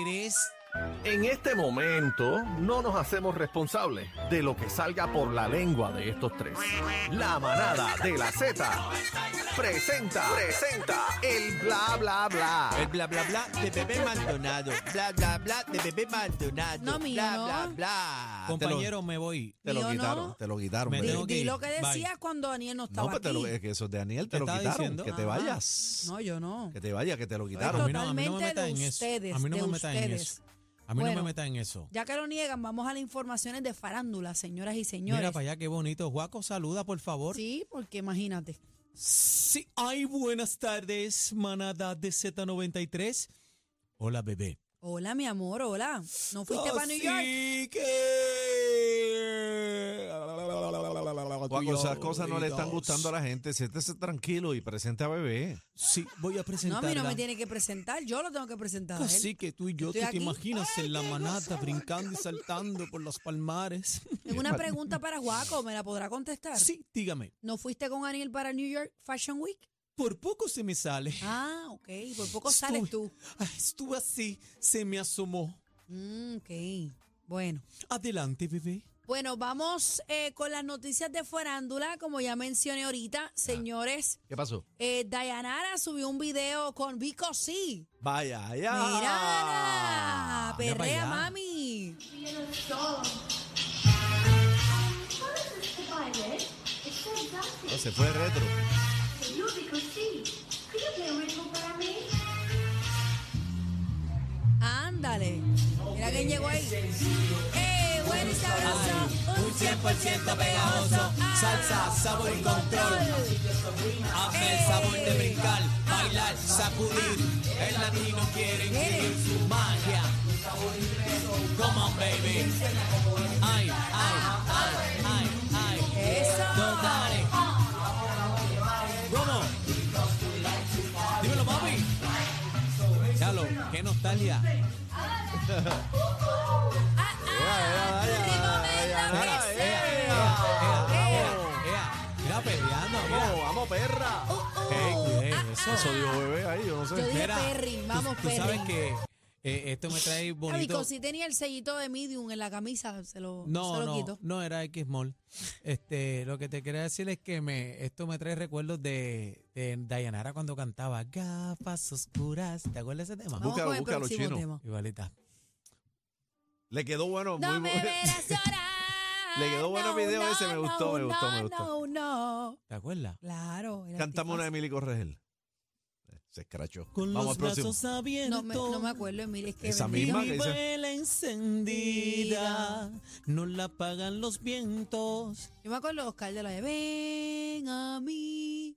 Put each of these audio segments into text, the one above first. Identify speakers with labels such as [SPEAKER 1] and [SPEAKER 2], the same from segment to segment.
[SPEAKER 1] Eres-
[SPEAKER 2] En este momento no nos hacemos responsables de lo que salga por la lengua de estos tres. La manada de la Z presenta, presenta el bla bla
[SPEAKER 1] El bla
[SPEAKER 2] bla.
[SPEAKER 1] bla bla de bebé Maldonado. Bla bla bla de bebé Maldonado.
[SPEAKER 3] No, mío,
[SPEAKER 1] Bla
[SPEAKER 3] no.
[SPEAKER 1] bla bla.
[SPEAKER 4] Compañero, me voy.
[SPEAKER 5] Te lo
[SPEAKER 3] Mío no.
[SPEAKER 5] quitaron, te lo quitaron.
[SPEAKER 4] Me
[SPEAKER 3] Di,
[SPEAKER 5] ¿verdad?
[SPEAKER 4] tengo que
[SPEAKER 3] di
[SPEAKER 4] ir.
[SPEAKER 3] lo que
[SPEAKER 4] Bye.
[SPEAKER 3] decías cuando Daniel no
[SPEAKER 5] no,
[SPEAKER 3] estaba
[SPEAKER 5] pero te
[SPEAKER 3] aquí.
[SPEAKER 5] lo- es que eso es de Daniel,
[SPEAKER 4] ¿Qué
[SPEAKER 5] te lo
[SPEAKER 4] estaba
[SPEAKER 5] quitaron.
[SPEAKER 4] diciendo?
[SPEAKER 5] Que te
[SPEAKER 3] Ajá.
[SPEAKER 5] vayas.
[SPEAKER 3] No, yo no.
[SPEAKER 5] Que te vayas, que te lo
[SPEAKER 3] Esto
[SPEAKER 5] quitaron.
[SPEAKER 4] Totalmente
[SPEAKER 3] totalmente de ustedes,
[SPEAKER 4] A mí no
[SPEAKER 3] de
[SPEAKER 4] me metan en
[SPEAKER 3] ustedes.
[SPEAKER 4] eso. A mí no
[SPEAKER 3] Bueno,
[SPEAKER 4] me metan en eso.
[SPEAKER 3] Ya que lo niegan, vamos a las informaciones de farándula, señoras y
[SPEAKER 4] Mira
[SPEAKER 3] señores.
[SPEAKER 4] para allá, qué bonito. Juaco, saluda, por favor.
[SPEAKER 3] sí, porque imagínate.
[SPEAKER 4] Sí, ay, buenas tardes, manada de Z93. Hola, bebé.
[SPEAKER 3] Hola, mi amor, hola. ¿No fuiste
[SPEAKER 4] Oh,
[SPEAKER 3] para New York?
[SPEAKER 4] Así que...
[SPEAKER 5] Cuando esas cosas no le están gustando a la gente, siéntese tranquilo y presente a bebé.
[SPEAKER 4] Sí, voy a
[SPEAKER 3] No, a
[SPEAKER 4] presentar.
[SPEAKER 3] mí no me tiene que presentar, yo lo tengo que presentar. a él.
[SPEAKER 4] Así que tú y yo,
[SPEAKER 3] Estoy
[SPEAKER 4] tú
[SPEAKER 3] aquí.
[SPEAKER 4] te imaginas en la manada brincando y saltando por los palmares.
[SPEAKER 3] Tengo una pregunta para Juaco, ¿me la podrá contestar?
[SPEAKER 4] Sí, dígame.
[SPEAKER 3] ¿No fuiste con Aniel para New York Fashion Week?
[SPEAKER 4] Por poco se me sale.
[SPEAKER 3] Ah, ok, por poco sales
[SPEAKER 4] Estuve-
[SPEAKER 3] tú.
[SPEAKER 4] Ah, Estuvo así, se me asomó.
[SPEAKER 3] Mm, ok, bueno.
[SPEAKER 4] Adelante, bebé.
[SPEAKER 3] Bueno, vamos eh, con las noticias de farándula, como ya mencioné ahorita, señores.
[SPEAKER 5] ¿Qué pasó?
[SPEAKER 3] Eh, Dayanara subió un video con Vico sí.
[SPEAKER 5] Vaya, allá.
[SPEAKER 3] Mira,
[SPEAKER 4] Mira pa'
[SPEAKER 3] perrea
[SPEAKER 4] allá.
[SPEAKER 3] mami.
[SPEAKER 5] No, se fue retro.
[SPEAKER 3] Ándale. Mira quién llegó ahí. ¡Eh, bueno y sabroso! Un 100% pegajoso. Ah,
[SPEAKER 4] sabor y Hazme
[SPEAKER 3] el sabor de
[SPEAKER 4] brincar, bailar, sacudir. El latino quiere
[SPEAKER 3] Miren.
[SPEAKER 4] su magia. Come on, baby. Ay, ay, ay, ay, ay.
[SPEAKER 3] ¡Eso!
[SPEAKER 4] dale. ¿Cómo? Dímelo, papi. Chalo, qué nostalgia.
[SPEAKER 3] ¡Ah, ah! ¡Qué rico me
[SPEAKER 4] Ea,
[SPEAKER 3] enloquece!
[SPEAKER 4] ea, ea, ea, ea. Mira, peleando, mira.
[SPEAKER 5] Vamos, vamos, perra.
[SPEAKER 3] Uh, uh,
[SPEAKER 4] Ey, cuidado,
[SPEAKER 3] ah,
[SPEAKER 4] eso-
[SPEAKER 3] ah.
[SPEAKER 5] Eso dijo bebé ahí, yo no
[SPEAKER 3] Yo
[SPEAKER 5] sé.
[SPEAKER 3] dije
[SPEAKER 4] Mira,
[SPEAKER 3] Perry,
[SPEAKER 4] tú-
[SPEAKER 3] vamos
[SPEAKER 4] Tú sabes
[SPEAKER 3] Perry.
[SPEAKER 4] que eh, esto me trae
[SPEAKER 3] Ah,
[SPEAKER 4] bonito.
[SPEAKER 3] Vico sí tenía el sellito de medium en la camisa, se lo, se
[SPEAKER 4] No,
[SPEAKER 3] lo
[SPEAKER 4] no,
[SPEAKER 3] quito.
[SPEAKER 4] no era X Mall. Este, lo que te quería decir es que me, esto me trae recuerdos de, de Dayanara cuando cantaba Gafas Oscuras. ¿Te acuerdas de ese tema?
[SPEAKER 3] Vamos
[SPEAKER 5] Búscalo,
[SPEAKER 3] con el
[SPEAKER 5] búscalo,
[SPEAKER 3] próximo
[SPEAKER 5] chino.
[SPEAKER 3] tema.
[SPEAKER 4] Igualita.
[SPEAKER 5] Le quedó bueno.
[SPEAKER 3] No
[SPEAKER 5] muy
[SPEAKER 3] me
[SPEAKER 5] bu-
[SPEAKER 3] verás llorar.
[SPEAKER 5] Le quedó bueno el video
[SPEAKER 3] no,
[SPEAKER 5] ese, me gustó,
[SPEAKER 3] no,
[SPEAKER 5] me gustó, me
[SPEAKER 3] no,
[SPEAKER 5] gustó.
[SPEAKER 3] No, no,
[SPEAKER 4] ¿Te acuerdas?
[SPEAKER 3] Claro. era
[SPEAKER 5] Cantamos una de
[SPEAKER 3] tipazo.
[SPEAKER 5] Emily Corregel. Eh, Se escrachó.
[SPEAKER 4] Con los
[SPEAKER 5] vamos al próximo.
[SPEAKER 4] brazos abiertos.
[SPEAKER 3] No me, no me acuerdo, Emily, es que
[SPEAKER 5] Esa
[SPEAKER 4] Y
[SPEAKER 3] bendito.
[SPEAKER 5] misma.
[SPEAKER 4] mi
[SPEAKER 5] que dice-
[SPEAKER 4] vela encendida no la apagan los vientos.
[SPEAKER 3] Yo me acuerdo, Oscar, de la de Ven a mí,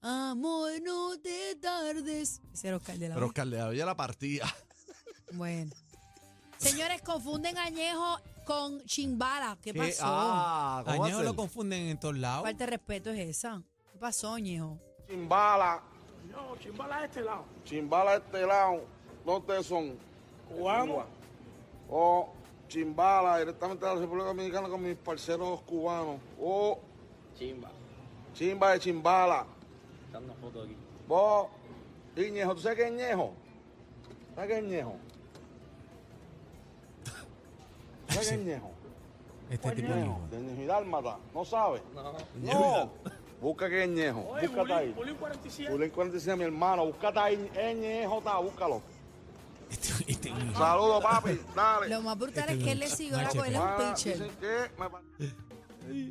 [SPEAKER 3] amor, no te tardes. Ese era Oscar de la
[SPEAKER 5] Pero
[SPEAKER 3] B.
[SPEAKER 5] Oscar le ya la partida.
[SPEAKER 3] Bueno. Señores, confunden añejo con chimbala. ¿Qué
[SPEAKER 5] ¿Qué?
[SPEAKER 3] pasó?
[SPEAKER 5] Ah, ¿cómo va a
[SPEAKER 4] Añejo lo
[SPEAKER 5] ser?
[SPEAKER 4] confunden en todos lados.
[SPEAKER 3] Falta de respeto es esa. ¿Qué pasó, añejo?
[SPEAKER 6] Chimbala. No, chimbala de este lado. Chimbala de este lado. ¿Dónde son? Cubanos. O chimbala directamente de la República Dominicana con mis parceros cubanos. O
[SPEAKER 7] Chimba,
[SPEAKER 6] chimba de chimbala.
[SPEAKER 7] está una foto aquí.
[SPEAKER 6] Vos, Iñejo, ¿tú sabes qué es Ñejo? ¿Sabes qué es Ñejo? ¿Sabes qué es Ñejo?
[SPEAKER 4] Este tipo de
[SPEAKER 6] Ñejo,
[SPEAKER 4] Ñejo.
[SPEAKER 6] de Ñejo y Dálmata. ¿No sabes?
[SPEAKER 7] No.
[SPEAKER 6] No. Busca qué es Ñejo. Búscate ahí. Julín 47, mi hermano. Búscate ahí. NJ, búscalo.
[SPEAKER 4] Este, este Ñejo.
[SPEAKER 6] Saludos, papi. Dale.
[SPEAKER 3] Lo más brutal
[SPEAKER 4] Este
[SPEAKER 3] es que él le
[SPEAKER 4] bicho,
[SPEAKER 3] siguió la
[SPEAKER 4] macho,
[SPEAKER 3] cola a
[SPEAKER 6] Ah,
[SPEAKER 3] un pitcher.
[SPEAKER 6] dicen que me pa-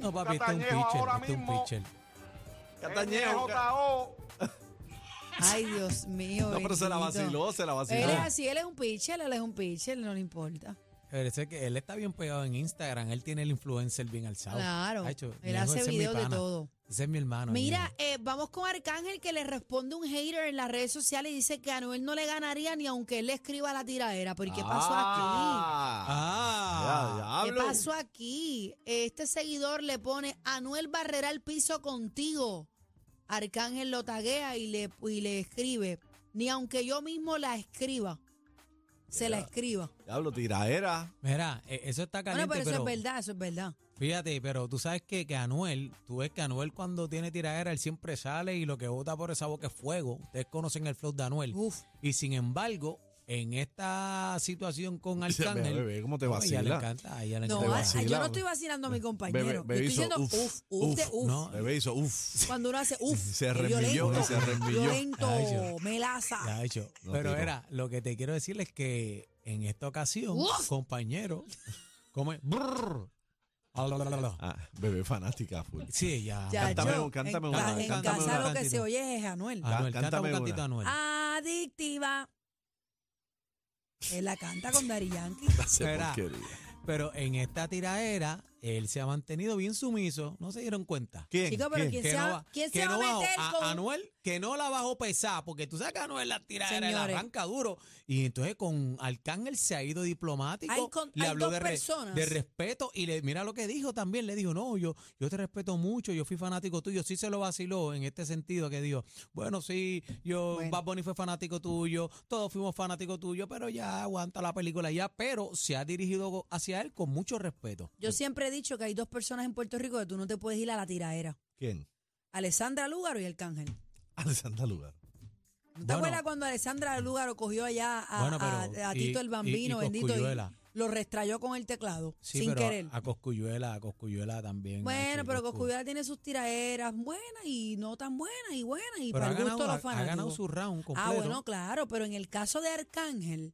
[SPEAKER 4] No, papi, este es un
[SPEAKER 6] Catañejo
[SPEAKER 4] pitcher.
[SPEAKER 6] ahora
[SPEAKER 4] Este es un
[SPEAKER 6] mismo.
[SPEAKER 4] pitcher.
[SPEAKER 5] Catañejo.
[SPEAKER 6] NJO.
[SPEAKER 3] Ay, Dios mío.
[SPEAKER 5] No, pero se la
[SPEAKER 3] bendito.
[SPEAKER 5] vaciló, se la
[SPEAKER 3] Él
[SPEAKER 5] vaciló.
[SPEAKER 3] es así, él es un pitcher, él es un pitcher, no le importa.
[SPEAKER 4] Parece que él está bien pegado en Instagram. Él tiene el influencer bien alzado.
[SPEAKER 3] Claro,
[SPEAKER 4] Hacho,
[SPEAKER 3] él
[SPEAKER 4] Ñejo,
[SPEAKER 3] hace
[SPEAKER 4] ese es mi
[SPEAKER 3] videos de
[SPEAKER 4] pana.
[SPEAKER 3] todo.
[SPEAKER 4] Ese es mi hermano.
[SPEAKER 3] Mira,
[SPEAKER 4] Ñejo.
[SPEAKER 3] eh, vamos con Arcángel que le responde un hater en las redes sociales y dice que a Noel no le ganaría ni aunque él le escriba la tiradera. ¿Pero ¿y qué pasó aquí?
[SPEAKER 5] Ah,
[SPEAKER 4] Ah,
[SPEAKER 5] ya,
[SPEAKER 3] ¿Qué
[SPEAKER 5] diablo.
[SPEAKER 3] pasó aquí? Este seguidor le pone, Anuel barrerá el piso contigo. Arcángel lo taguea y le, y le escribe, ni aunque yo mismo la escriba, se la escriba.
[SPEAKER 5] Diablo, tiraera.
[SPEAKER 4] mira, eh, eso está caliente,
[SPEAKER 3] bueno, pero eso
[SPEAKER 4] pero,
[SPEAKER 3] es verdad, eso es verdad.
[SPEAKER 4] fíjate, pero tú sabes que, que Anuel, tú ves que Anuel cuando tiene tiradera, él siempre sale y lo que bota por esa boca es fuego. Ustedes conocen el flow de Anuel.
[SPEAKER 3] Uf,
[SPEAKER 4] Y sin embargo, en esta situación con
[SPEAKER 5] Dice, "Ve,
[SPEAKER 4] Arcángel.
[SPEAKER 5] bebé, ¿cómo te
[SPEAKER 4] no, ella le
[SPEAKER 5] vacila?
[SPEAKER 4] encanta, a ella le
[SPEAKER 5] Te
[SPEAKER 3] No,
[SPEAKER 4] encanta.
[SPEAKER 3] ay,
[SPEAKER 5] vacila,
[SPEAKER 3] yo no
[SPEAKER 5] bebé.
[SPEAKER 3] estoy vacilando a mi compañero.
[SPEAKER 5] Bebé- bebé
[SPEAKER 3] yo estoy
[SPEAKER 5] hizo
[SPEAKER 3] diciendo
[SPEAKER 5] uf,
[SPEAKER 3] uff, uff de
[SPEAKER 5] uf,
[SPEAKER 3] uff.
[SPEAKER 4] no.
[SPEAKER 5] Bebé hizo, uff.
[SPEAKER 3] Cuando uno hace uff,
[SPEAKER 5] Se arremilló, se arremilló.
[SPEAKER 3] violento,
[SPEAKER 4] Ay, yo-
[SPEAKER 3] melaza.
[SPEAKER 4] Ya, hecho.
[SPEAKER 5] No
[SPEAKER 4] Pero
[SPEAKER 5] tiró.
[SPEAKER 4] era, lo que te quiero decir es que en esta ocasión,
[SPEAKER 3] Uf.
[SPEAKER 4] compañero, como es? Brrr.
[SPEAKER 5] Ah, bebé fanática. full.
[SPEAKER 4] Sí, ya.
[SPEAKER 3] Ya,
[SPEAKER 5] Cántame
[SPEAKER 3] yo,
[SPEAKER 5] un- cántame
[SPEAKER 3] en,
[SPEAKER 5] un-
[SPEAKER 3] ca-
[SPEAKER 5] cántame
[SPEAKER 3] en
[SPEAKER 5] un
[SPEAKER 3] casa lo
[SPEAKER 4] cantito.
[SPEAKER 3] que se oye es Anuel.
[SPEAKER 4] Anuel,
[SPEAKER 5] Cá-
[SPEAKER 4] canta un
[SPEAKER 5] cántame
[SPEAKER 4] cantito,
[SPEAKER 5] una.
[SPEAKER 4] Anuel.
[SPEAKER 3] Ah. Adictiva. Él la canta con Dari Yankee.
[SPEAKER 5] Hace
[SPEAKER 4] Espera.
[SPEAKER 5] porquería.
[SPEAKER 4] Pero en esta tiraera, él se ha mantenido bien sumiso. No se dieron cuenta.
[SPEAKER 5] ¿Quién?
[SPEAKER 3] Chico, pero
[SPEAKER 5] ¿Quién?
[SPEAKER 3] ¿quién
[SPEAKER 4] Que
[SPEAKER 3] se
[SPEAKER 4] no
[SPEAKER 3] va,
[SPEAKER 4] ba-
[SPEAKER 3] quién
[SPEAKER 4] que
[SPEAKER 3] se va a
[SPEAKER 4] no bajó.
[SPEAKER 3] meter
[SPEAKER 4] A-
[SPEAKER 3] con...?
[SPEAKER 4] Anuel, que no la bajó pesada, porque tú sabes que Anuel la tiradera la
[SPEAKER 3] Señores.
[SPEAKER 4] arranca duro. Y entonces con Arcángel se ha ido diplomático.
[SPEAKER 3] Hay con-
[SPEAKER 4] le
[SPEAKER 3] hay
[SPEAKER 4] habló
[SPEAKER 3] dos
[SPEAKER 4] de, re-
[SPEAKER 3] personas.
[SPEAKER 4] de respeto. Y le, mira lo que dijo también. Le dijo, no, yo, yo te respeto mucho, yo fui fanático tuyo. Sí se lo vaciló en este sentido que dijo, bueno, sí, yo, Bad Bunny fue fanático tuyo, todos fuimos fanáticos tuyos, pero ya aguanta la película ya. Pero se ha dirigido hacia él con mucho respeto.
[SPEAKER 3] Yo siempre he dicho que hay dos personas en Puerto Rico que tú no te puedes ir a la tiraera.
[SPEAKER 5] ¿Quién?
[SPEAKER 3] Alessandra Lúgaro y Arcángel.
[SPEAKER 5] Alessandra Lugar.
[SPEAKER 3] ¿No te
[SPEAKER 4] Bueno.
[SPEAKER 3] acuerdas cuando Alessandra Lúgaro cogió allá a,
[SPEAKER 4] Bueno, pero,
[SPEAKER 3] a- a
[SPEAKER 4] y-
[SPEAKER 3] Tito el Bambino,
[SPEAKER 4] y- y
[SPEAKER 3] bendito,
[SPEAKER 4] Cosculluela.
[SPEAKER 3] y lo restrayó con el teclado,
[SPEAKER 4] Sí,
[SPEAKER 3] sin
[SPEAKER 4] pero
[SPEAKER 3] querer?
[SPEAKER 4] a Coscuyuela, a Coscuyuela también.
[SPEAKER 3] Bueno,
[SPEAKER 4] Nacho,
[SPEAKER 3] pero
[SPEAKER 4] Coscu-
[SPEAKER 3] Coscuyuela tiene sus tiraeras buenas y no tan buenas y buenas y
[SPEAKER 4] Pero
[SPEAKER 3] para
[SPEAKER 4] ha
[SPEAKER 3] el gusto
[SPEAKER 4] ganado,
[SPEAKER 3] de
[SPEAKER 4] ha,
[SPEAKER 3] los
[SPEAKER 4] ha ganado
[SPEAKER 3] fanáticos.
[SPEAKER 4] su round completo.
[SPEAKER 3] ah, bueno, claro, pero en el caso de Arcángel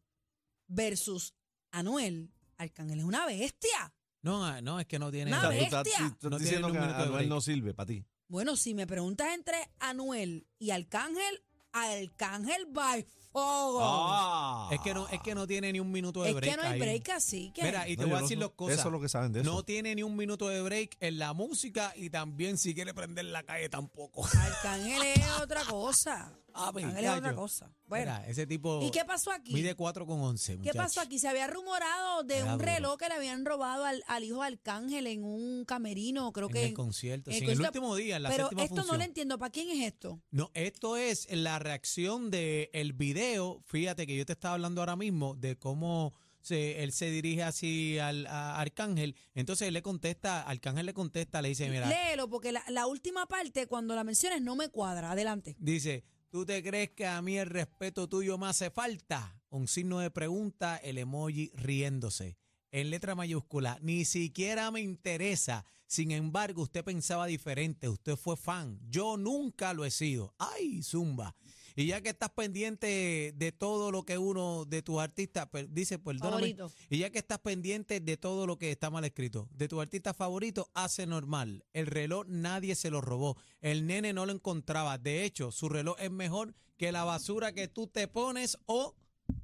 [SPEAKER 3] versus Anuel, Arcángel es una bestia.
[SPEAKER 4] No, ah, no, es que no tiene.
[SPEAKER 3] Nada,
[SPEAKER 5] O sea,
[SPEAKER 3] ¿ves?
[SPEAKER 5] tú estás,
[SPEAKER 3] bestia.
[SPEAKER 5] tú estás
[SPEAKER 4] No tiene
[SPEAKER 5] diciendo
[SPEAKER 4] ni
[SPEAKER 5] que
[SPEAKER 4] un minuto de
[SPEAKER 5] Anuel
[SPEAKER 4] break.
[SPEAKER 5] no sirve para ti.
[SPEAKER 3] Bueno, si me preguntas entre Anuel y Arcángel, Arcángel by fuego.
[SPEAKER 5] Ah.
[SPEAKER 4] es, que no es que no tiene ni un minuto de
[SPEAKER 3] es
[SPEAKER 4] Ah, break.
[SPEAKER 3] que no hay
[SPEAKER 4] ahí.
[SPEAKER 3] break así que
[SPEAKER 4] Mira, y te
[SPEAKER 5] No,
[SPEAKER 4] voy
[SPEAKER 5] yo
[SPEAKER 4] a
[SPEAKER 5] no-
[SPEAKER 4] decir las cosas.
[SPEAKER 5] Eso es lo que saben de eso.
[SPEAKER 4] No tiene ni un minuto de break en la música y también si quiere prender la calle tampoco.
[SPEAKER 3] Arcángel es otra cosa.
[SPEAKER 4] Ah, pues,
[SPEAKER 3] Arcángel es
[SPEAKER 4] ya
[SPEAKER 3] otra
[SPEAKER 4] yo.
[SPEAKER 3] cosa. Bueno,
[SPEAKER 4] Mira, ese tipo
[SPEAKER 3] ¿y qué pasó aquí?
[SPEAKER 4] mide 4 con 11.
[SPEAKER 3] ¿Qué pasó aquí? Se había rumorado de
[SPEAKER 4] Era
[SPEAKER 3] un
[SPEAKER 4] duro.
[SPEAKER 3] reloj que le habían robado al, al hijo de Arcángel en un camerino, creo
[SPEAKER 4] En
[SPEAKER 3] que.
[SPEAKER 4] el concierto,
[SPEAKER 3] en el
[SPEAKER 4] sí, en el
[SPEAKER 3] concierto.
[SPEAKER 4] último día, en la
[SPEAKER 3] Pero
[SPEAKER 4] séptima
[SPEAKER 3] esto no
[SPEAKER 4] función.
[SPEAKER 3] lo entiendo. ¿Para quién es esto?
[SPEAKER 4] No, esto es la reacción de el video. Fíjate que yo te estaba hablando ahora mismo de cómo se- él se dirige así al a Arcángel. Entonces él le contesta, Arcángel le contesta, le dice, mira,
[SPEAKER 3] Léelo, porque la, la última parte, cuando la menciones, no me cuadra. Adelante.
[SPEAKER 4] dice, ¿tú te crees que a mí el respeto tuyo me hace falta? Un signo de pregunta, el emoji riéndose. En letra mayúscula, ni siquiera me interesa. Sin embargo, usted pensaba diferente, usted fue fan. Yo nunca lo he sido. ¡Ay, zumba! Y ya que estás pendiente de todo lo que uno de tus artistas, per- dice, perdóname,
[SPEAKER 3] Favorito.
[SPEAKER 4] y ya que estás pendiente de todo lo que está mal escrito, de tu artista favorito, hace normal. El reloj nadie se lo robó. El nene no lo encontraba. De hecho, su reloj es mejor que la basura que tú te pones o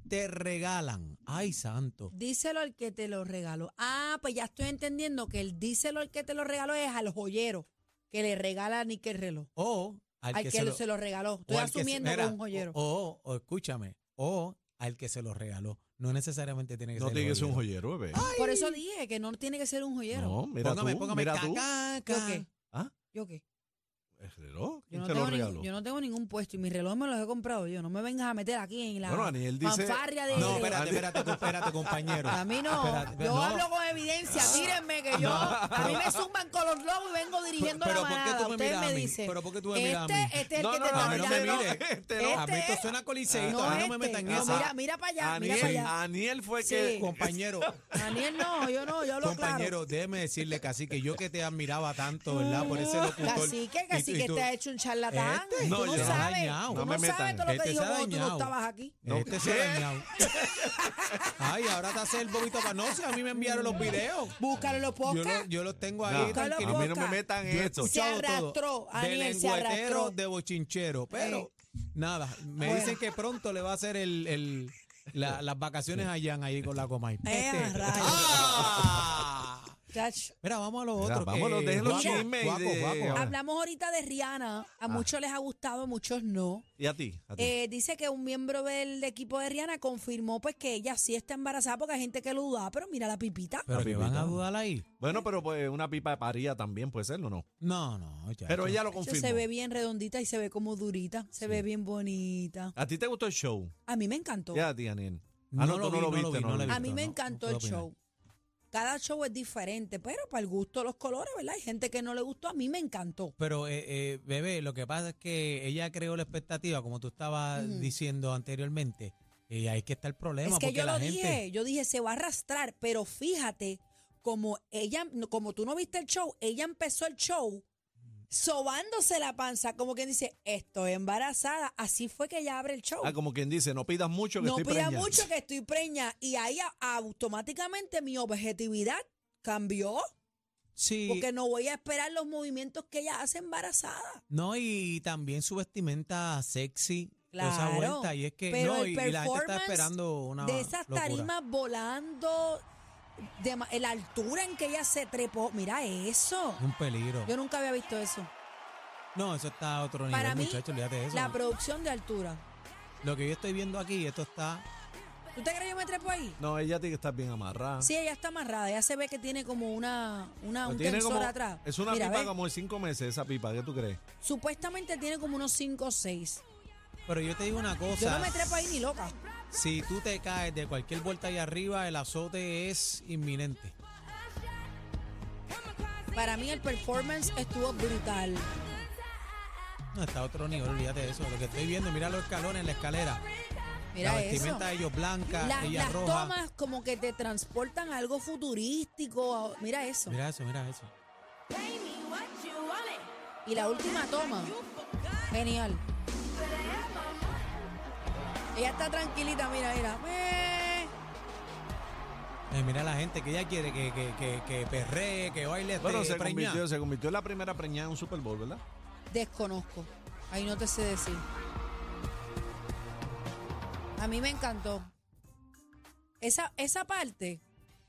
[SPEAKER 4] te regalan. Ay, santo.
[SPEAKER 3] Díselo al que te lo regaló. Ah, pues ya estoy entendiendo que el díselo al que te lo regaló es al joyero que le regala a Nick el reloj.
[SPEAKER 4] O al,
[SPEAKER 3] Al, que, se, lo, regaló. Estoy
[SPEAKER 4] o al que se-
[SPEAKER 3] asumiendo que
[SPEAKER 4] mira,
[SPEAKER 3] es un joyero.
[SPEAKER 4] O, o escúchame, o al que se lo regaló. No necesariamente tiene que
[SPEAKER 5] No
[SPEAKER 4] ser.
[SPEAKER 5] tiene que ser un joyero, bebé.
[SPEAKER 3] Por eso dije que no tiene que ser un joyero.
[SPEAKER 5] No, mira
[SPEAKER 4] Póngame,
[SPEAKER 5] tú,
[SPEAKER 4] póngame.
[SPEAKER 5] mira tú.
[SPEAKER 4] ca, ca,
[SPEAKER 3] ¿Yo
[SPEAKER 4] ca.
[SPEAKER 3] qué?
[SPEAKER 5] ¿Ah?
[SPEAKER 3] ¿Yo qué?
[SPEAKER 5] ¿El reloj?
[SPEAKER 3] Yo
[SPEAKER 5] ¿Quién
[SPEAKER 3] no,
[SPEAKER 5] te lo
[SPEAKER 3] tengo ningún-
[SPEAKER 5] regaló?
[SPEAKER 3] yo no tengo ningún puesto y mis relojes me los he comprado yo. No me vengas a meter aquí en la
[SPEAKER 5] Bueno, Aniel dice-
[SPEAKER 3] fanfarria de...
[SPEAKER 4] No,
[SPEAKER 3] de-
[SPEAKER 4] espérate, espérate, co- espérate, compañero.
[SPEAKER 3] A mí no.
[SPEAKER 4] ah, Espérate,
[SPEAKER 3] yo
[SPEAKER 4] no. Ah,
[SPEAKER 3] hablo con evidencia. Mírenme que yo... A mí me zumban con los lobos y vengo dirigiendo
[SPEAKER 4] pero
[SPEAKER 3] la
[SPEAKER 4] ¿por qué
[SPEAKER 3] manada.
[SPEAKER 4] tú me
[SPEAKER 3] Ustedes
[SPEAKER 4] miras a
[SPEAKER 3] me
[SPEAKER 4] mí?
[SPEAKER 3] dicen...
[SPEAKER 4] ¿Pero por qué tú me miras a
[SPEAKER 3] este,
[SPEAKER 4] mí?
[SPEAKER 3] Este es el
[SPEAKER 5] No,
[SPEAKER 3] que
[SPEAKER 5] no,
[SPEAKER 3] te
[SPEAKER 5] no,
[SPEAKER 3] está
[SPEAKER 5] a mí no me
[SPEAKER 3] mirando.
[SPEAKER 5] mires. Este no.
[SPEAKER 4] A mí esto
[SPEAKER 3] es-
[SPEAKER 4] suena coliseísta,
[SPEAKER 3] No,
[SPEAKER 4] a mí no me
[SPEAKER 3] este.
[SPEAKER 4] metan en
[SPEAKER 3] No,
[SPEAKER 4] esa.
[SPEAKER 3] mira, mira para allá, mira para
[SPEAKER 5] Aniel,
[SPEAKER 3] allá.
[SPEAKER 5] Aniel fue
[SPEAKER 3] Sí.
[SPEAKER 5] que...
[SPEAKER 4] Compañero,
[SPEAKER 3] Daniel, no, yo no, yo hablo
[SPEAKER 4] compañero, déjeme decirle, Cacique, yo que te admiraba tanto, ¿verdad? Por ese
[SPEAKER 3] claro.
[SPEAKER 4] locutor.
[SPEAKER 3] Cacique,
[SPEAKER 4] Y tú-
[SPEAKER 3] cacique
[SPEAKER 4] y tú-
[SPEAKER 3] te ha hecho un charlatán.
[SPEAKER 4] Este,
[SPEAKER 3] tú
[SPEAKER 5] no,
[SPEAKER 3] no
[SPEAKER 5] yo-
[SPEAKER 3] sabes,
[SPEAKER 4] dañado.
[SPEAKER 3] tú
[SPEAKER 5] No me
[SPEAKER 3] no sabes
[SPEAKER 5] metan.
[SPEAKER 3] todo lo que
[SPEAKER 4] Este se
[SPEAKER 3] dijo
[SPEAKER 4] ha
[SPEAKER 3] cuando tú no
[SPEAKER 4] dañado.
[SPEAKER 3] estabas aquí.
[SPEAKER 5] No,
[SPEAKER 4] Este se ha
[SPEAKER 5] ¿qué?
[SPEAKER 4] dañado. Ay, ahora te hace el bobito para... No, si a mí me enviaron los videos.
[SPEAKER 3] Búscalo en los
[SPEAKER 4] Yo,
[SPEAKER 3] podcasts.
[SPEAKER 4] lo- yo los tengo
[SPEAKER 5] Nah,
[SPEAKER 4] ahí.
[SPEAKER 3] Nunca lo
[SPEAKER 5] a
[SPEAKER 4] tranquilo.
[SPEAKER 5] mí no me
[SPEAKER 3] boca.
[SPEAKER 5] metan
[SPEAKER 4] Yo he
[SPEAKER 5] esto.
[SPEAKER 3] Se
[SPEAKER 4] escuchado
[SPEAKER 3] arrastró,
[SPEAKER 4] todo,
[SPEAKER 3] Aniel,
[SPEAKER 4] de
[SPEAKER 3] se arrastró.
[SPEAKER 4] lengüetero, de bochinchero, pero nada, me
[SPEAKER 3] Bueno.
[SPEAKER 4] dicen que pronto le va a hacer el, el- la- las vacaciones a Jan ahí con la Comay. Este,
[SPEAKER 3] Eh, a rayos.
[SPEAKER 4] ¡Ah!
[SPEAKER 3] Chacho.
[SPEAKER 4] Mira, vamos a los
[SPEAKER 5] Mira,
[SPEAKER 4] otros.
[SPEAKER 5] vámonos,
[SPEAKER 4] que-
[SPEAKER 5] dejen los
[SPEAKER 4] Guaco,
[SPEAKER 5] chismes y
[SPEAKER 4] Guaco,
[SPEAKER 5] de-
[SPEAKER 4] Guaco.
[SPEAKER 5] Ah.
[SPEAKER 3] Hablamos ahorita de Rihanna.
[SPEAKER 4] Ah.
[SPEAKER 3] A muchos les ha gustado, a muchos no.
[SPEAKER 5] ¿Y a ti? ¿A ti?
[SPEAKER 3] Eh, dice que un miembro del equipo de Rihanna confirmó pues que ella sí está embarazada porque hay gente que lo dudaba, pero mira la pipita.
[SPEAKER 4] Pero que van a
[SPEAKER 5] Papito.
[SPEAKER 4] dudar ahí.
[SPEAKER 5] bueno, pero pues una pipa de parida también puede serlo, ¿no?
[SPEAKER 4] No, no, ya.
[SPEAKER 5] Pero ella lo
[SPEAKER 3] Chacho,
[SPEAKER 5] confirmó.
[SPEAKER 3] se ve bien redondita y se ve como durita, se ve bien bonita.
[SPEAKER 5] ¿A ti te gustó el show?
[SPEAKER 3] A mí me encantó.
[SPEAKER 5] ¿Qué a ti, Aniel?
[SPEAKER 4] No
[SPEAKER 5] Ah, no,
[SPEAKER 4] lo vi,
[SPEAKER 5] tú no lo
[SPEAKER 4] no lo
[SPEAKER 5] viste,
[SPEAKER 4] vi,
[SPEAKER 5] no
[SPEAKER 4] no
[SPEAKER 5] lo
[SPEAKER 4] lo
[SPEAKER 5] viste.
[SPEAKER 3] A mí
[SPEAKER 4] Víctor,
[SPEAKER 3] me
[SPEAKER 4] no,
[SPEAKER 3] encantó
[SPEAKER 4] no
[SPEAKER 3] el
[SPEAKER 4] puedo opinar.
[SPEAKER 3] show. Cada show es diferente, pero para el gusto los colores, ¿verdad? Hay gente que no le gustó, a mí me encantó.
[SPEAKER 4] Pero, eh, eh, bebé, lo que pasa es que ella creó la expectativa, como tú estabas diciendo anteriormente, Y ahí es que está el problema.
[SPEAKER 3] Es que
[SPEAKER 4] porque
[SPEAKER 3] yo
[SPEAKER 4] la
[SPEAKER 3] lo
[SPEAKER 4] gente,
[SPEAKER 3] dije, yo dije, se va a arrastrar, pero fíjate, como ella, como tú no viste el show, ella empezó el show sobándose la panza, como quien dice, estoy embarazada, así fue que ella abre el show.
[SPEAKER 5] Ah, como quien dice, no pidas mucho que
[SPEAKER 3] no
[SPEAKER 5] estoy
[SPEAKER 3] pida
[SPEAKER 5] preñada.
[SPEAKER 3] mucho que estoy preña y ahí a- automáticamente mi objetividad cambió
[SPEAKER 4] Sí.
[SPEAKER 3] porque no voy a esperar los movimientos que ella hace embarazada.
[SPEAKER 4] No, y también su vestimenta sexy. toda Esa
[SPEAKER 3] Claro,
[SPEAKER 4] vuelta. Y es que
[SPEAKER 3] pero
[SPEAKER 4] no,
[SPEAKER 3] el
[SPEAKER 4] y, y la gente está
[SPEAKER 3] performance
[SPEAKER 4] esperando una.
[SPEAKER 3] de esas
[SPEAKER 4] locura.
[SPEAKER 3] tarimas volando, de ma- la altura en que ella se trepó, mira eso.
[SPEAKER 4] Es un peligro.
[SPEAKER 3] Yo nunca había visto eso.
[SPEAKER 4] No, eso está a otro nivel,
[SPEAKER 3] Para mí,
[SPEAKER 4] muchachos. Olvídate de eso.
[SPEAKER 3] la producción de altura.
[SPEAKER 4] Lo que yo estoy viendo aquí, esto está.
[SPEAKER 3] ¿Tú te crees que yo me trepo ahí?
[SPEAKER 5] No, ella tiene que estar bien
[SPEAKER 4] Ah.
[SPEAKER 5] amarrada.
[SPEAKER 3] Sí, ella está amarrada. Ella se ve que tiene como una, una
[SPEAKER 5] Pero
[SPEAKER 3] un
[SPEAKER 5] tiene
[SPEAKER 3] tensor
[SPEAKER 5] como-
[SPEAKER 3] atrás.
[SPEAKER 5] Es una
[SPEAKER 3] Mira,
[SPEAKER 5] pipa
[SPEAKER 3] ve,
[SPEAKER 5] como de cinco meses, esa pipa, ¿qué tú crees?
[SPEAKER 3] Supuestamente tiene como unos 5 o 6.
[SPEAKER 4] Pero yo te digo una cosa.
[SPEAKER 3] Yo no me trepo ahí ni loca.
[SPEAKER 4] Si tú te caes de cualquier vuelta ahí arriba, el azote es inminente.
[SPEAKER 3] Para mí el performance estuvo brutal.
[SPEAKER 4] No, está a otro nivel, olvídate de eso. Lo que estoy viendo, mira los escalones en la escalera. la
[SPEAKER 3] Mira eso.
[SPEAKER 4] vestimenta de ellos blanca,
[SPEAKER 3] La-
[SPEAKER 4] ella
[SPEAKER 3] las
[SPEAKER 4] roja.
[SPEAKER 3] tomas como que te transportan a algo futurístico. a- Mira eso.
[SPEAKER 4] Mira eso, mira eso.
[SPEAKER 3] Y la última toma. Genial. Ella está tranquilita, mira, mira. Eh.
[SPEAKER 4] Eh, mira la gente que ella quiere que, que, que, que perree, que baile este
[SPEAKER 5] Bueno, se
[SPEAKER 4] preñá.
[SPEAKER 5] convirtió, se convirtió en la primera preñada en un Super Bowl, ¿verdad?
[SPEAKER 3] Desconozco. Ahí no te sé decir. A mí me encantó. Esa, esa parte,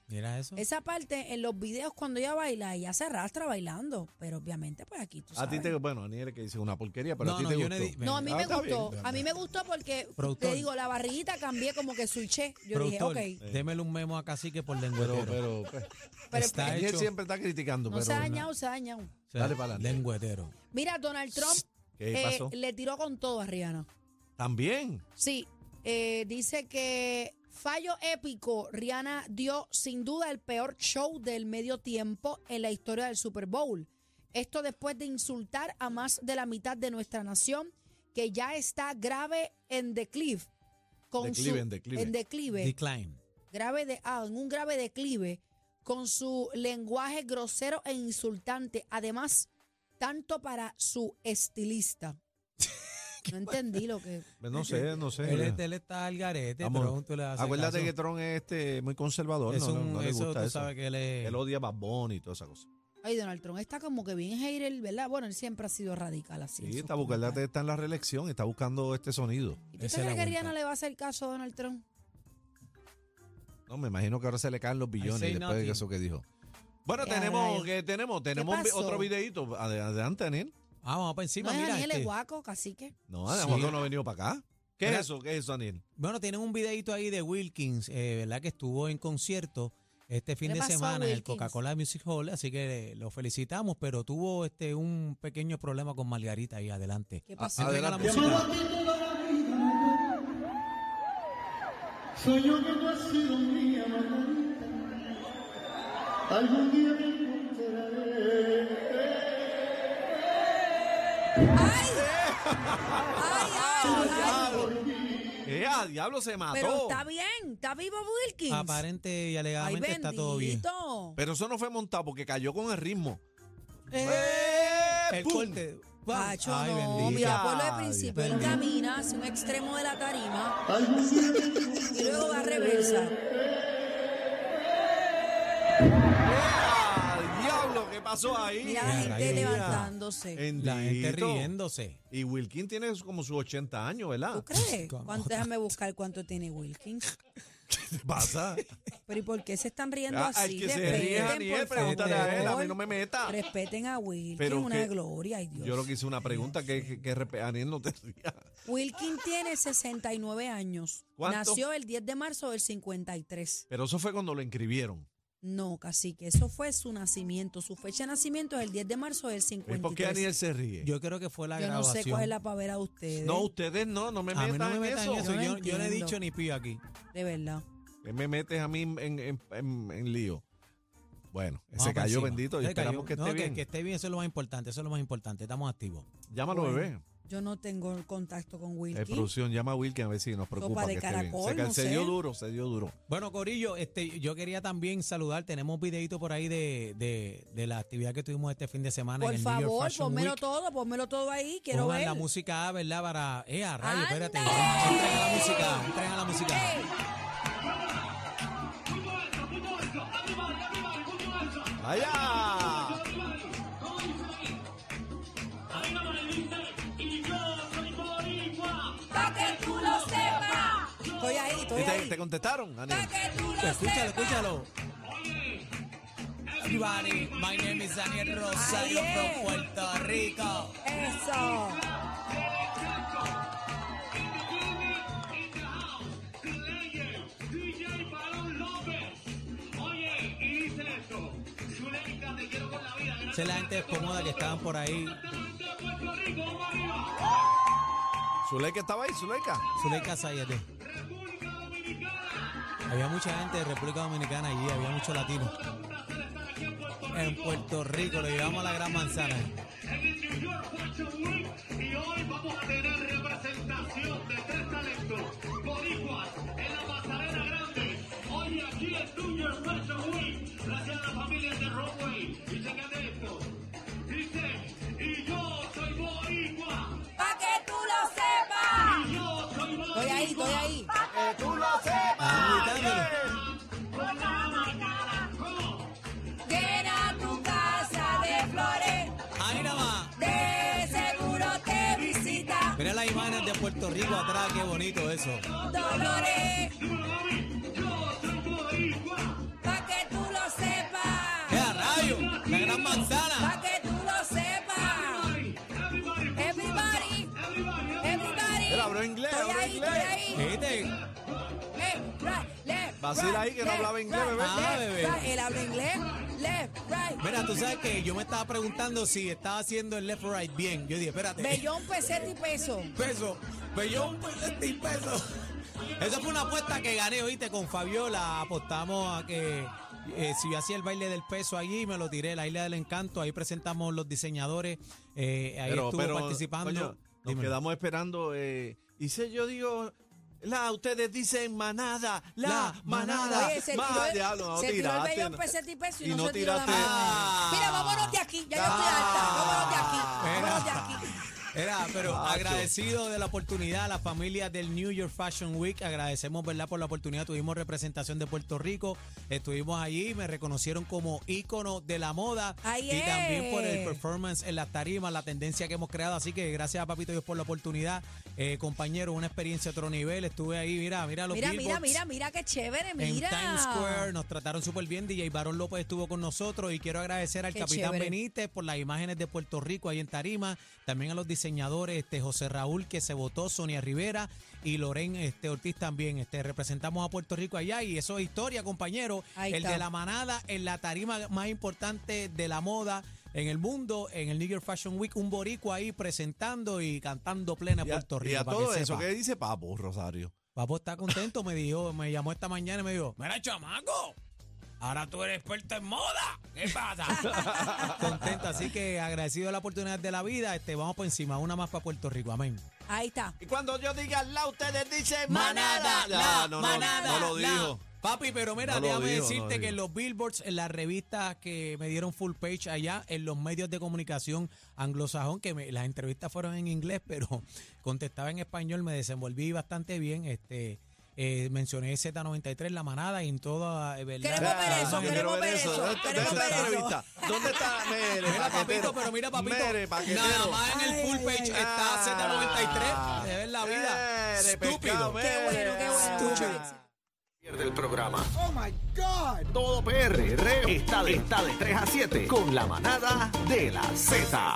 [SPEAKER 4] Mira eso.
[SPEAKER 3] esa parte en los videos cuando ella baila, ella se arrastra bailando. Pero obviamente, pues aquí tú
[SPEAKER 5] A ti
[SPEAKER 3] sabes.
[SPEAKER 5] te, bueno, Aniel que dice una porquería, pero
[SPEAKER 4] No,
[SPEAKER 5] a ti
[SPEAKER 4] no,
[SPEAKER 5] te
[SPEAKER 4] yo
[SPEAKER 5] gustó.
[SPEAKER 4] no he di-
[SPEAKER 3] No, a mí
[SPEAKER 5] Ah,
[SPEAKER 3] me
[SPEAKER 5] está
[SPEAKER 3] gustó.
[SPEAKER 5] bien.
[SPEAKER 3] A mí me gustó porque,
[SPEAKER 4] Productor.
[SPEAKER 3] te digo, la barriguita cambié como que switché. Yo
[SPEAKER 4] Productor,
[SPEAKER 5] Eh,
[SPEAKER 3] dije, ok.
[SPEAKER 4] démele un memo a Cacique por
[SPEAKER 5] Pero,
[SPEAKER 4] lengüetero.
[SPEAKER 5] pero, pues,
[SPEAKER 3] Pero
[SPEAKER 4] está
[SPEAKER 5] Aniel
[SPEAKER 4] hecho.
[SPEAKER 5] siempre está criticando,
[SPEAKER 3] No
[SPEAKER 5] pero. pues,
[SPEAKER 3] se ha dañado, se ha dañado.
[SPEAKER 4] o sea,
[SPEAKER 5] Dale pa'lante.
[SPEAKER 4] Lengüetero.
[SPEAKER 3] Mira, Donald Trump
[SPEAKER 5] ¿Qué
[SPEAKER 3] eh,
[SPEAKER 5] pasó?
[SPEAKER 3] le tiró con todo a Rihanna.
[SPEAKER 5] También.
[SPEAKER 3] Sí, eh, dice que fallo épico. Rihanna dio sin duda el peor show del medio tiempo en la historia del Super Bowl. Esto después de insultar a más de la mitad de nuestra nación, que ya está grave en declive. Con
[SPEAKER 5] Declive,
[SPEAKER 3] su-
[SPEAKER 5] en declive.
[SPEAKER 3] En declive.
[SPEAKER 4] Decline.
[SPEAKER 3] grave de, ah, en un grave declive con su lenguaje grosero e insultante. Además, tanto para su estilista. No entendí lo que...
[SPEAKER 5] Pues, No sé, no sé.
[SPEAKER 4] Él, él está al garete,
[SPEAKER 5] Vamos,
[SPEAKER 4] pero tú le haces
[SPEAKER 5] Acuérdate
[SPEAKER 4] caso.
[SPEAKER 5] que Tron es este, muy conservador,
[SPEAKER 4] es
[SPEAKER 5] no,
[SPEAKER 4] un,
[SPEAKER 5] no, no le
[SPEAKER 4] eso,
[SPEAKER 5] gusta
[SPEAKER 4] tú
[SPEAKER 5] eso.
[SPEAKER 4] sabes que él es-
[SPEAKER 5] Él odia Bad Bunny y toda esa cosa.
[SPEAKER 3] Ay, Donald Trump está como que bien hater, ¿verdad? Bueno, él siempre ha sido radical así. en
[SPEAKER 5] Sí,
[SPEAKER 3] sus
[SPEAKER 5] está buscando,
[SPEAKER 3] comentarios.
[SPEAKER 5] está en la reelección, está buscando este sonido.
[SPEAKER 3] ¿Y
[SPEAKER 4] Esa
[SPEAKER 3] tú
[SPEAKER 4] es
[SPEAKER 3] crees
[SPEAKER 4] la
[SPEAKER 3] que Rihanna
[SPEAKER 4] vuelta.
[SPEAKER 3] le va a hacer caso a Donald Trump?
[SPEAKER 5] No, me imagino que ahora se le caen los billones
[SPEAKER 4] say
[SPEAKER 5] después
[SPEAKER 4] nothing.
[SPEAKER 5] de eso que dijo. Bueno,
[SPEAKER 3] Ya,
[SPEAKER 5] tenemos,
[SPEAKER 3] rayos.
[SPEAKER 5] que tenemos, tenemos un vi-
[SPEAKER 3] pasó?
[SPEAKER 5] otro videito. Ade- Adelante, Daniel.
[SPEAKER 4] Ah, vamos para encima,
[SPEAKER 3] no es
[SPEAKER 4] mira.
[SPEAKER 3] Daniel,
[SPEAKER 4] este.
[SPEAKER 3] es guaco, cacique.
[SPEAKER 5] No,
[SPEAKER 4] Sí.
[SPEAKER 5] Daniel no ha venido para acá. ¿Qué
[SPEAKER 4] Mira.
[SPEAKER 5] es eso? ¿Qué es eso, Daniel?
[SPEAKER 4] Bueno, tienen un videito ahí de Wilkins, eh, ¿verdad? Que estuvo en concierto este fin
[SPEAKER 3] ¿Qué
[SPEAKER 4] de
[SPEAKER 3] pasó a
[SPEAKER 4] semana en el
[SPEAKER 3] Wilkins?
[SPEAKER 4] Coca-Cola Music Hall, así que eh, lo felicitamos, pero tuvo este un pequeño problema con Margarita ahí Ah, adelante.
[SPEAKER 3] ¿Qué pasó?
[SPEAKER 5] A-
[SPEAKER 4] Entrega la
[SPEAKER 5] Ah, adelante.
[SPEAKER 4] música.
[SPEAKER 8] Sueño que tú has sido mía, Margarita. Algún día me encontraré.
[SPEAKER 3] ¡Ay! ¡Ay, ay, ay!
[SPEAKER 5] ¡Eh, a diablo se mató!
[SPEAKER 3] Pero
[SPEAKER 5] Pero,
[SPEAKER 3] está bien, está vivo Wilkins.
[SPEAKER 4] Aparente y
[SPEAKER 3] Ay,
[SPEAKER 4] alegadamente
[SPEAKER 3] bendito.
[SPEAKER 4] está todo bien.
[SPEAKER 5] eso no fue montado porque cayó con el ritmo. Eh,
[SPEAKER 4] El
[SPEAKER 5] ¡Pum!
[SPEAKER 4] Eh, corte. ¡pum!
[SPEAKER 3] Pacho,
[SPEAKER 4] Ay,
[SPEAKER 3] no,
[SPEAKER 4] bendito.
[SPEAKER 3] mira, por lo de
[SPEAKER 5] Ay,
[SPEAKER 3] principio, él
[SPEAKER 4] bendito.
[SPEAKER 3] camina hacia un extremo de la tarima
[SPEAKER 8] Algún día me encontraré.
[SPEAKER 3] y luego va a reversa.
[SPEAKER 5] ¡Eh, a diablo! ¿Qué pasó ahí?
[SPEAKER 3] Mira la gente
[SPEAKER 4] rayos, mira.
[SPEAKER 3] levantándose.
[SPEAKER 4] La gente
[SPEAKER 5] Bendito.
[SPEAKER 4] riéndose.
[SPEAKER 5] Y Wilkin tiene como sus 80 años,
[SPEAKER 3] ¿Tú
[SPEAKER 5] ¿verdad?
[SPEAKER 3] crees?
[SPEAKER 4] Como
[SPEAKER 3] ¿Cuánto, déjame buscar cuánto tiene Wilkins.
[SPEAKER 5] ¿Qué te pasa?
[SPEAKER 3] Pero ¿y por qué se están riendo
[SPEAKER 5] Ah,
[SPEAKER 3] así?
[SPEAKER 5] el que se ríe es
[SPEAKER 3] Respeten,
[SPEAKER 5] Daniel,
[SPEAKER 3] por
[SPEAKER 5] pregúntale a él, a
[SPEAKER 3] favor.
[SPEAKER 5] mí no me meta.
[SPEAKER 3] Respeten a Wilkins,
[SPEAKER 5] Pero
[SPEAKER 3] una
[SPEAKER 5] que-
[SPEAKER 3] gloria, ay Dios.
[SPEAKER 5] Yo lo que hice una pregunta que, que, que respe- Daniel no te rías.
[SPEAKER 3] Wilkins tiene 69 años.
[SPEAKER 5] ¿Cuánto?
[SPEAKER 3] Nació el 10 de marzo del 53.
[SPEAKER 5] Pero eso fue cuando lo inscribieron.
[SPEAKER 3] No, cacique, eso fue su nacimiento. Su fecha de nacimiento es el 10 de marzo del
[SPEAKER 5] ¿Y
[SPEAKER 3] 53.
[SPEAKER 5] por qué Daniel se ríe?
[SPEAKER 4] Yo creo que fue la
[SPEAKER 3] Yo no
[SPEAKER 4] grabación.
[SPEAKER 3] sé cuál es la pavera de ustedes.
[SPEAKER 5] no, ustedes no, no me
[SPEAKER 4] a
[SPEAKER 5] metan,
[SPEAKER 4] mí no me
[SPEAKER 5] Pues en,
[SPEAKER 4] metan
[SPEAKER 5] eso.
[SPEAKER 4] en eso.
[SPEAKER 3] Yo
[SPEAKER 4] Yo,
[SPEAKER 3] no
[SPEAKER 4] yo no he
[SPEAKER 3] entiendo.
[SPEAKER 4] dicho ni pío aquí.
[SPEAKER 3] De verdad.
[SPEAKER 5] ¿Qué me metes a mí en, en- en- en lío? Bueno,
[SPEAKER 4] Vamos
[SPEAKER 5] se
[SPEAKER 4] pa'
[SPEAKER 5] cayó
[SPEAKER 4] encima.
[SPEAKER 5] bendito y
[SPEAKER 4] Se
[SPEAKER 5] esperamos
[SPEAKER 4] cayó.
[SPEAKER 5] que esté
[SPEAKER 4] No,
[SPEAKER 5] bien.
[SPEAKER 4] Que esté bien, eso es lo más importante. Eso es lo más importante. Estamos activos.
[SPEAKER 5] Llámalo,
[SPEAKER 3] Bueno.
[SPEAKER 5] bebé.
[SPEAKER 3] Yo no tengo el contacto con
[SPEAKER 5] Eh,
[SPEAKER 3] Wilkie.
[SPEAKER 5] producción llama a Wilkin a ver si nos preocupa.
[SPEAKER 3] de
[SPEAKER 5] que esté bien.
[SPEAKER 3] caracol,
[SPEAKER 5] Se, ca-
[SPEAKER 3] no
[SPEAKER 5] se
[SPEAKER 3] sé.
[SPEAKER 5] dio duro, se dio duro.
[SPEAKER 4] Bueno, Corillo, este, yo quería también saludar. Tenemos un videito por ahí de, de, de la actividad que tuvimos este fin de semana
[SPEAKER 3] Por
[SPEAKER 4] en el New York
[SPEAKER 3] favor,
[SPEAKER 4] Fashion
[SPEAKER 3] ponmelo
[SPEAKER 4] Week.
[SPEAKER 3] todo, ponmelo todo ahí, quiero
[SPEAKER 4] Pongan
[SPEAKER 3] ver.
[SPEAKER 4] la música A, ¿verdad? Para. ¡Eh, a rayo!
[SPEAKER 3] ¡Ande!
[SPEAKER 4] Espérate. Entren a la música A. Entren a la música A.
[SPEAKER 3] ¡Ey!
[SPEAKER 2] ¡Allá!
[SPEAKER 3] ¡Pa' que tú lo sepas! Estoy ahí, estoy
[SPEAKER 5] ¿Y ¿Te,
[SPEAKER 3] ahí.
[SPEAKER 5] te contestaron, Daniel?
[SPEAKER 3] ¡Pa' que tú lo
[SPEAKER 4] Pues Escúchalo,
[SPEAKER 3] sepas!
[SPEAKER 4] escúchalo. Everybody, my name is Daniel Rosario
[SPEAKER 3] Ahí es.
[SPEAKER 4] from Puerto Rico.
[SPEAKER 3] Eso.
[SPEAKER 4] Esa es la gente descomoda que estaban por ahí.
[SPEAKER 5] Zuleika estaba ahí, Zuleika.
[SPEAKER 4] Zuleika Sayete. Había mucha gente de República Dominicana allí, había muchos latinos. En Puerto Rico lo llevamos a la Gran Manzana.
[SPEAKER 3] ¡Pa' que tú lo sepas! Estoy ahí, estoy ahí.
[SPEAKER 4] Agitando.
[SPEAKER 3] Llena tu casa de flores,
[SPEAKER 4] Ahí nada más.
[SPEAKER 3] de seguro te visita
[SPEAKER 4] Mira las imágenes de Puerto Rico atrás, qué bonito eso.
[SPEAKER 3] Dolores. Pa' que tú lo
[SPEAKER 4] ¡Qué
[SPEAKER 3] sepas,
[SPEAKER 4] a rayo! La Gran Manzana.
[SPEAKER 3] pa' que tú lo sepas. Everybody, everybody.
[SPEAKER 5] Él habló inglés,
[SPEAKER 3] Estoy
[SPEAKER 5] habló
[SPEAKER 3] ahí,
[SPEAKER 5] inglés.
[SPEAKER 3] estoy ahí.
[SPEAKER 4] Viste,
[SPEAKER 3] Left, right, left,
[SPEAKER 5] Vacila
[SPEAKER 3] right,
[SPEAKER 5] ahí que no
[SPEAKER 3] left,
[SPEAKER 5] hablaba inglés,
[SPEAKER 3] right,
[SPEAKER 5] bebé.
[SPEAKER 4] Ah,
[SPEAKER 3] left,
[SPEAKER 4] bebé.
[SPEAKER 3] right. Él habla inglés. Left, right.
[SPEAKER 4] Mira, tú sabes que yo me estaba preguntando si estaba haciendo el left right bien. Yo dije, espérate.
[SPEAKER 3] Bellón, peseta y peso.
[SPEAKER 4] peso. Bellón, pues, pesos. Esa fue una apuesta que gané, oíste, con Fabiola. Apostamos a que eh, si yo hacía el baile del peso allí, me lo tiré, la Isla del Encanto. Ahí presentamos los diseñadores. eh, ahí estuvo participando.
[SPEAKER 5] coño, nos
[SPEAKER 4] Dímelo.
[SPEAKER 5] quedamos esperando. Eh, y si yo digo, la, ustedes dicen manada, la,
[SPEAKER 4] La,
[SPEAKER 5] manada.
[SPEAKER 3] Oye, se tiró,
[SPEAKER 5] ma-
[SPEAKER 3] el-
[SPEAKER 5] diablo, no
[SPEAKER 3] se tiró el
[SPEAKER 5] tiraste,
[SPEAKER 3] bellón
[SPEAKER 5] no.
[SPEAKER 3] peseta y peso y,
[SPEAKER 5] Y
[SPEAKER 3] no,
[SPEAKER 5] no
[SPEAKER 3] se tiró la
[SPEAKER 5] tiraste. Ah.
[SPEAKER 3] mano.
[SPEAKER 4] Ah.
[SPEAKER 3] Mira, vámonos de aquí. Ya yo estoy alta. Vámonos de aquí. Vámonos de aquí.
[SPEAKER 4] Era, pero agradecido de la oportunidad a la familia del New York Fashion Week. Agradecemos, ¿verdad?, por la oportunidad. Tuvimos representación de Puerto Rico. Estuvimos allí, me reconocieron como ícono de la moda.
[SPEAKER 3] Ahí
[SPEAKER 4] y
[SPEAKER 3] es.
[SPEAKER 4] también por el performance en las tarimas, la tendencia que hemos creado. Así que gracias a Papito Dios por la oportunidad. Eh, compañero, una experiencia a otro nivel. Estuve ahí, mira, mira los
[SPEAKER 3] Mira, mira,
[SPEAKER 4] billboards
[SPEAKER 3] mira, mira qué chévere,
[SPEAKER 4] en
[SPEAKER 3] mira.
[SPEAKER 4] Times Square. Nos trataron súper bien. DJ Barón López estuvo con nosotros y quiero agradecer al
[SPEAKER 3] Qué
[SPEAKER 4] capitán
[SPEAKER 3] chévere.
[SPEAKER 4] Benítez por las imágenes de Puerto Rico ahí en Tarima. También a los diseñadores, este José Raúl que se votó, Sonia Rivera y Loren este, Ortiz también. Este, representamos a Puerto Rico allá y eso es historia, compañero.
[SPEAKER 3] Ahí
[SPEAKER 4] el
[SPEAKER 3] está.
[SPEAKER 4] de la manada en la tarima más importante de la moda. En el mundo, en el New York Fashion Week, un boricua ahí presentando y cantando plena
[SPEAKER 5] Y a,
[SPEAKER 4] Puerto Rico.
[SPEAKER 5] y a
[SPEAKER 4] para
[SPEAKER 5] todo
[SPEAKER 4] que
[SPEAKER 5] eso,
[SPEAKER 4] sepa.
[SPEAKER 5] ¿qué dice Papo Rosario?
[SPEAKER 4] Papo está contento, me dijo, me llamó esta mañana y me dijo, mira chamaco, ahora tú eres experto en moda, ¿qué pasa? contento, así que agradecido de la oportunidad de la vida, este, vamos por encima, una más para Puerto Rico, amén.
[SPEAKER 3] Ahí está.
[SPEAKER 5] Y cuando yo diga la, ustedes dicen
[SPEAKER 4] Manada,
[SPEAKER 5] Ya,
[SPEAKER 4] la,
[SPEAKER 5] no, no,
[SPEAKER 4] manada,
[SPEAKER 5] no lo
[SPEAKER 4] la.
[SPEAKER 5] dijo.
[SPEAKER 4] Papi, pero mira,
[SPEAKER 5] No lo
[SPEAKER 4] déjame
[SPEAKER 5] dijo, no
[SPEAKER 4] decirte
[SPEAKER 5] lo
[SPEAKER 4] que
[SPEAKER 5] dijo.
[SPEAKER 4] en los billboards, en las revistas que me dieron full page allá, en los medios de comunicación anglosajón, que me- las entrevistas fueron en inglés, pero contestaba en español, me desenvolví bastante bien, este... eh, mencioné Z93, La Manada y en toda... eh, ¿verdad?
[SPEAKER 3] Queremos ver
[SPEAKER 4] La
[SPEAKER 3] eso,
[SPEAKER 4] imagen.
[SPEAKER 3] queremos ver eso,
[SPEAKER 5] ¿Dónde está
[SPEAKER 3] queremos
[SPEAKER 5] la
[SPEAKER 3] ver eso.
[SPEAKER 5] entrevista? ¿Dónde está? Mere,
[SPEAKER 4] Mira,
[SPEAKER 5] paquetero.
[SPEAKER 4] papito, pero mira, papito.
[SPEAKER 5] Mere, paquetero.
[SPEAKER 4] Nada más en el full page está
[SPEAKER 5] Ah,
[SPEAKER 4] Z93. De ver la vida.
[SPEAKER 5] mere, pescado,
[SPEAKER 4] Estúpido.
[SPEAKER 5] mere.
[SPEAKER 3] Qué bueno, qué bueno.
[SPEAKER 4] Estúpido.
[SPEAKER 3] mucho éxito.
[SPEAKER 2] Pierde el programa. Oh my God. Todo PR está de, está de 3 a 7 con la manada de la Z.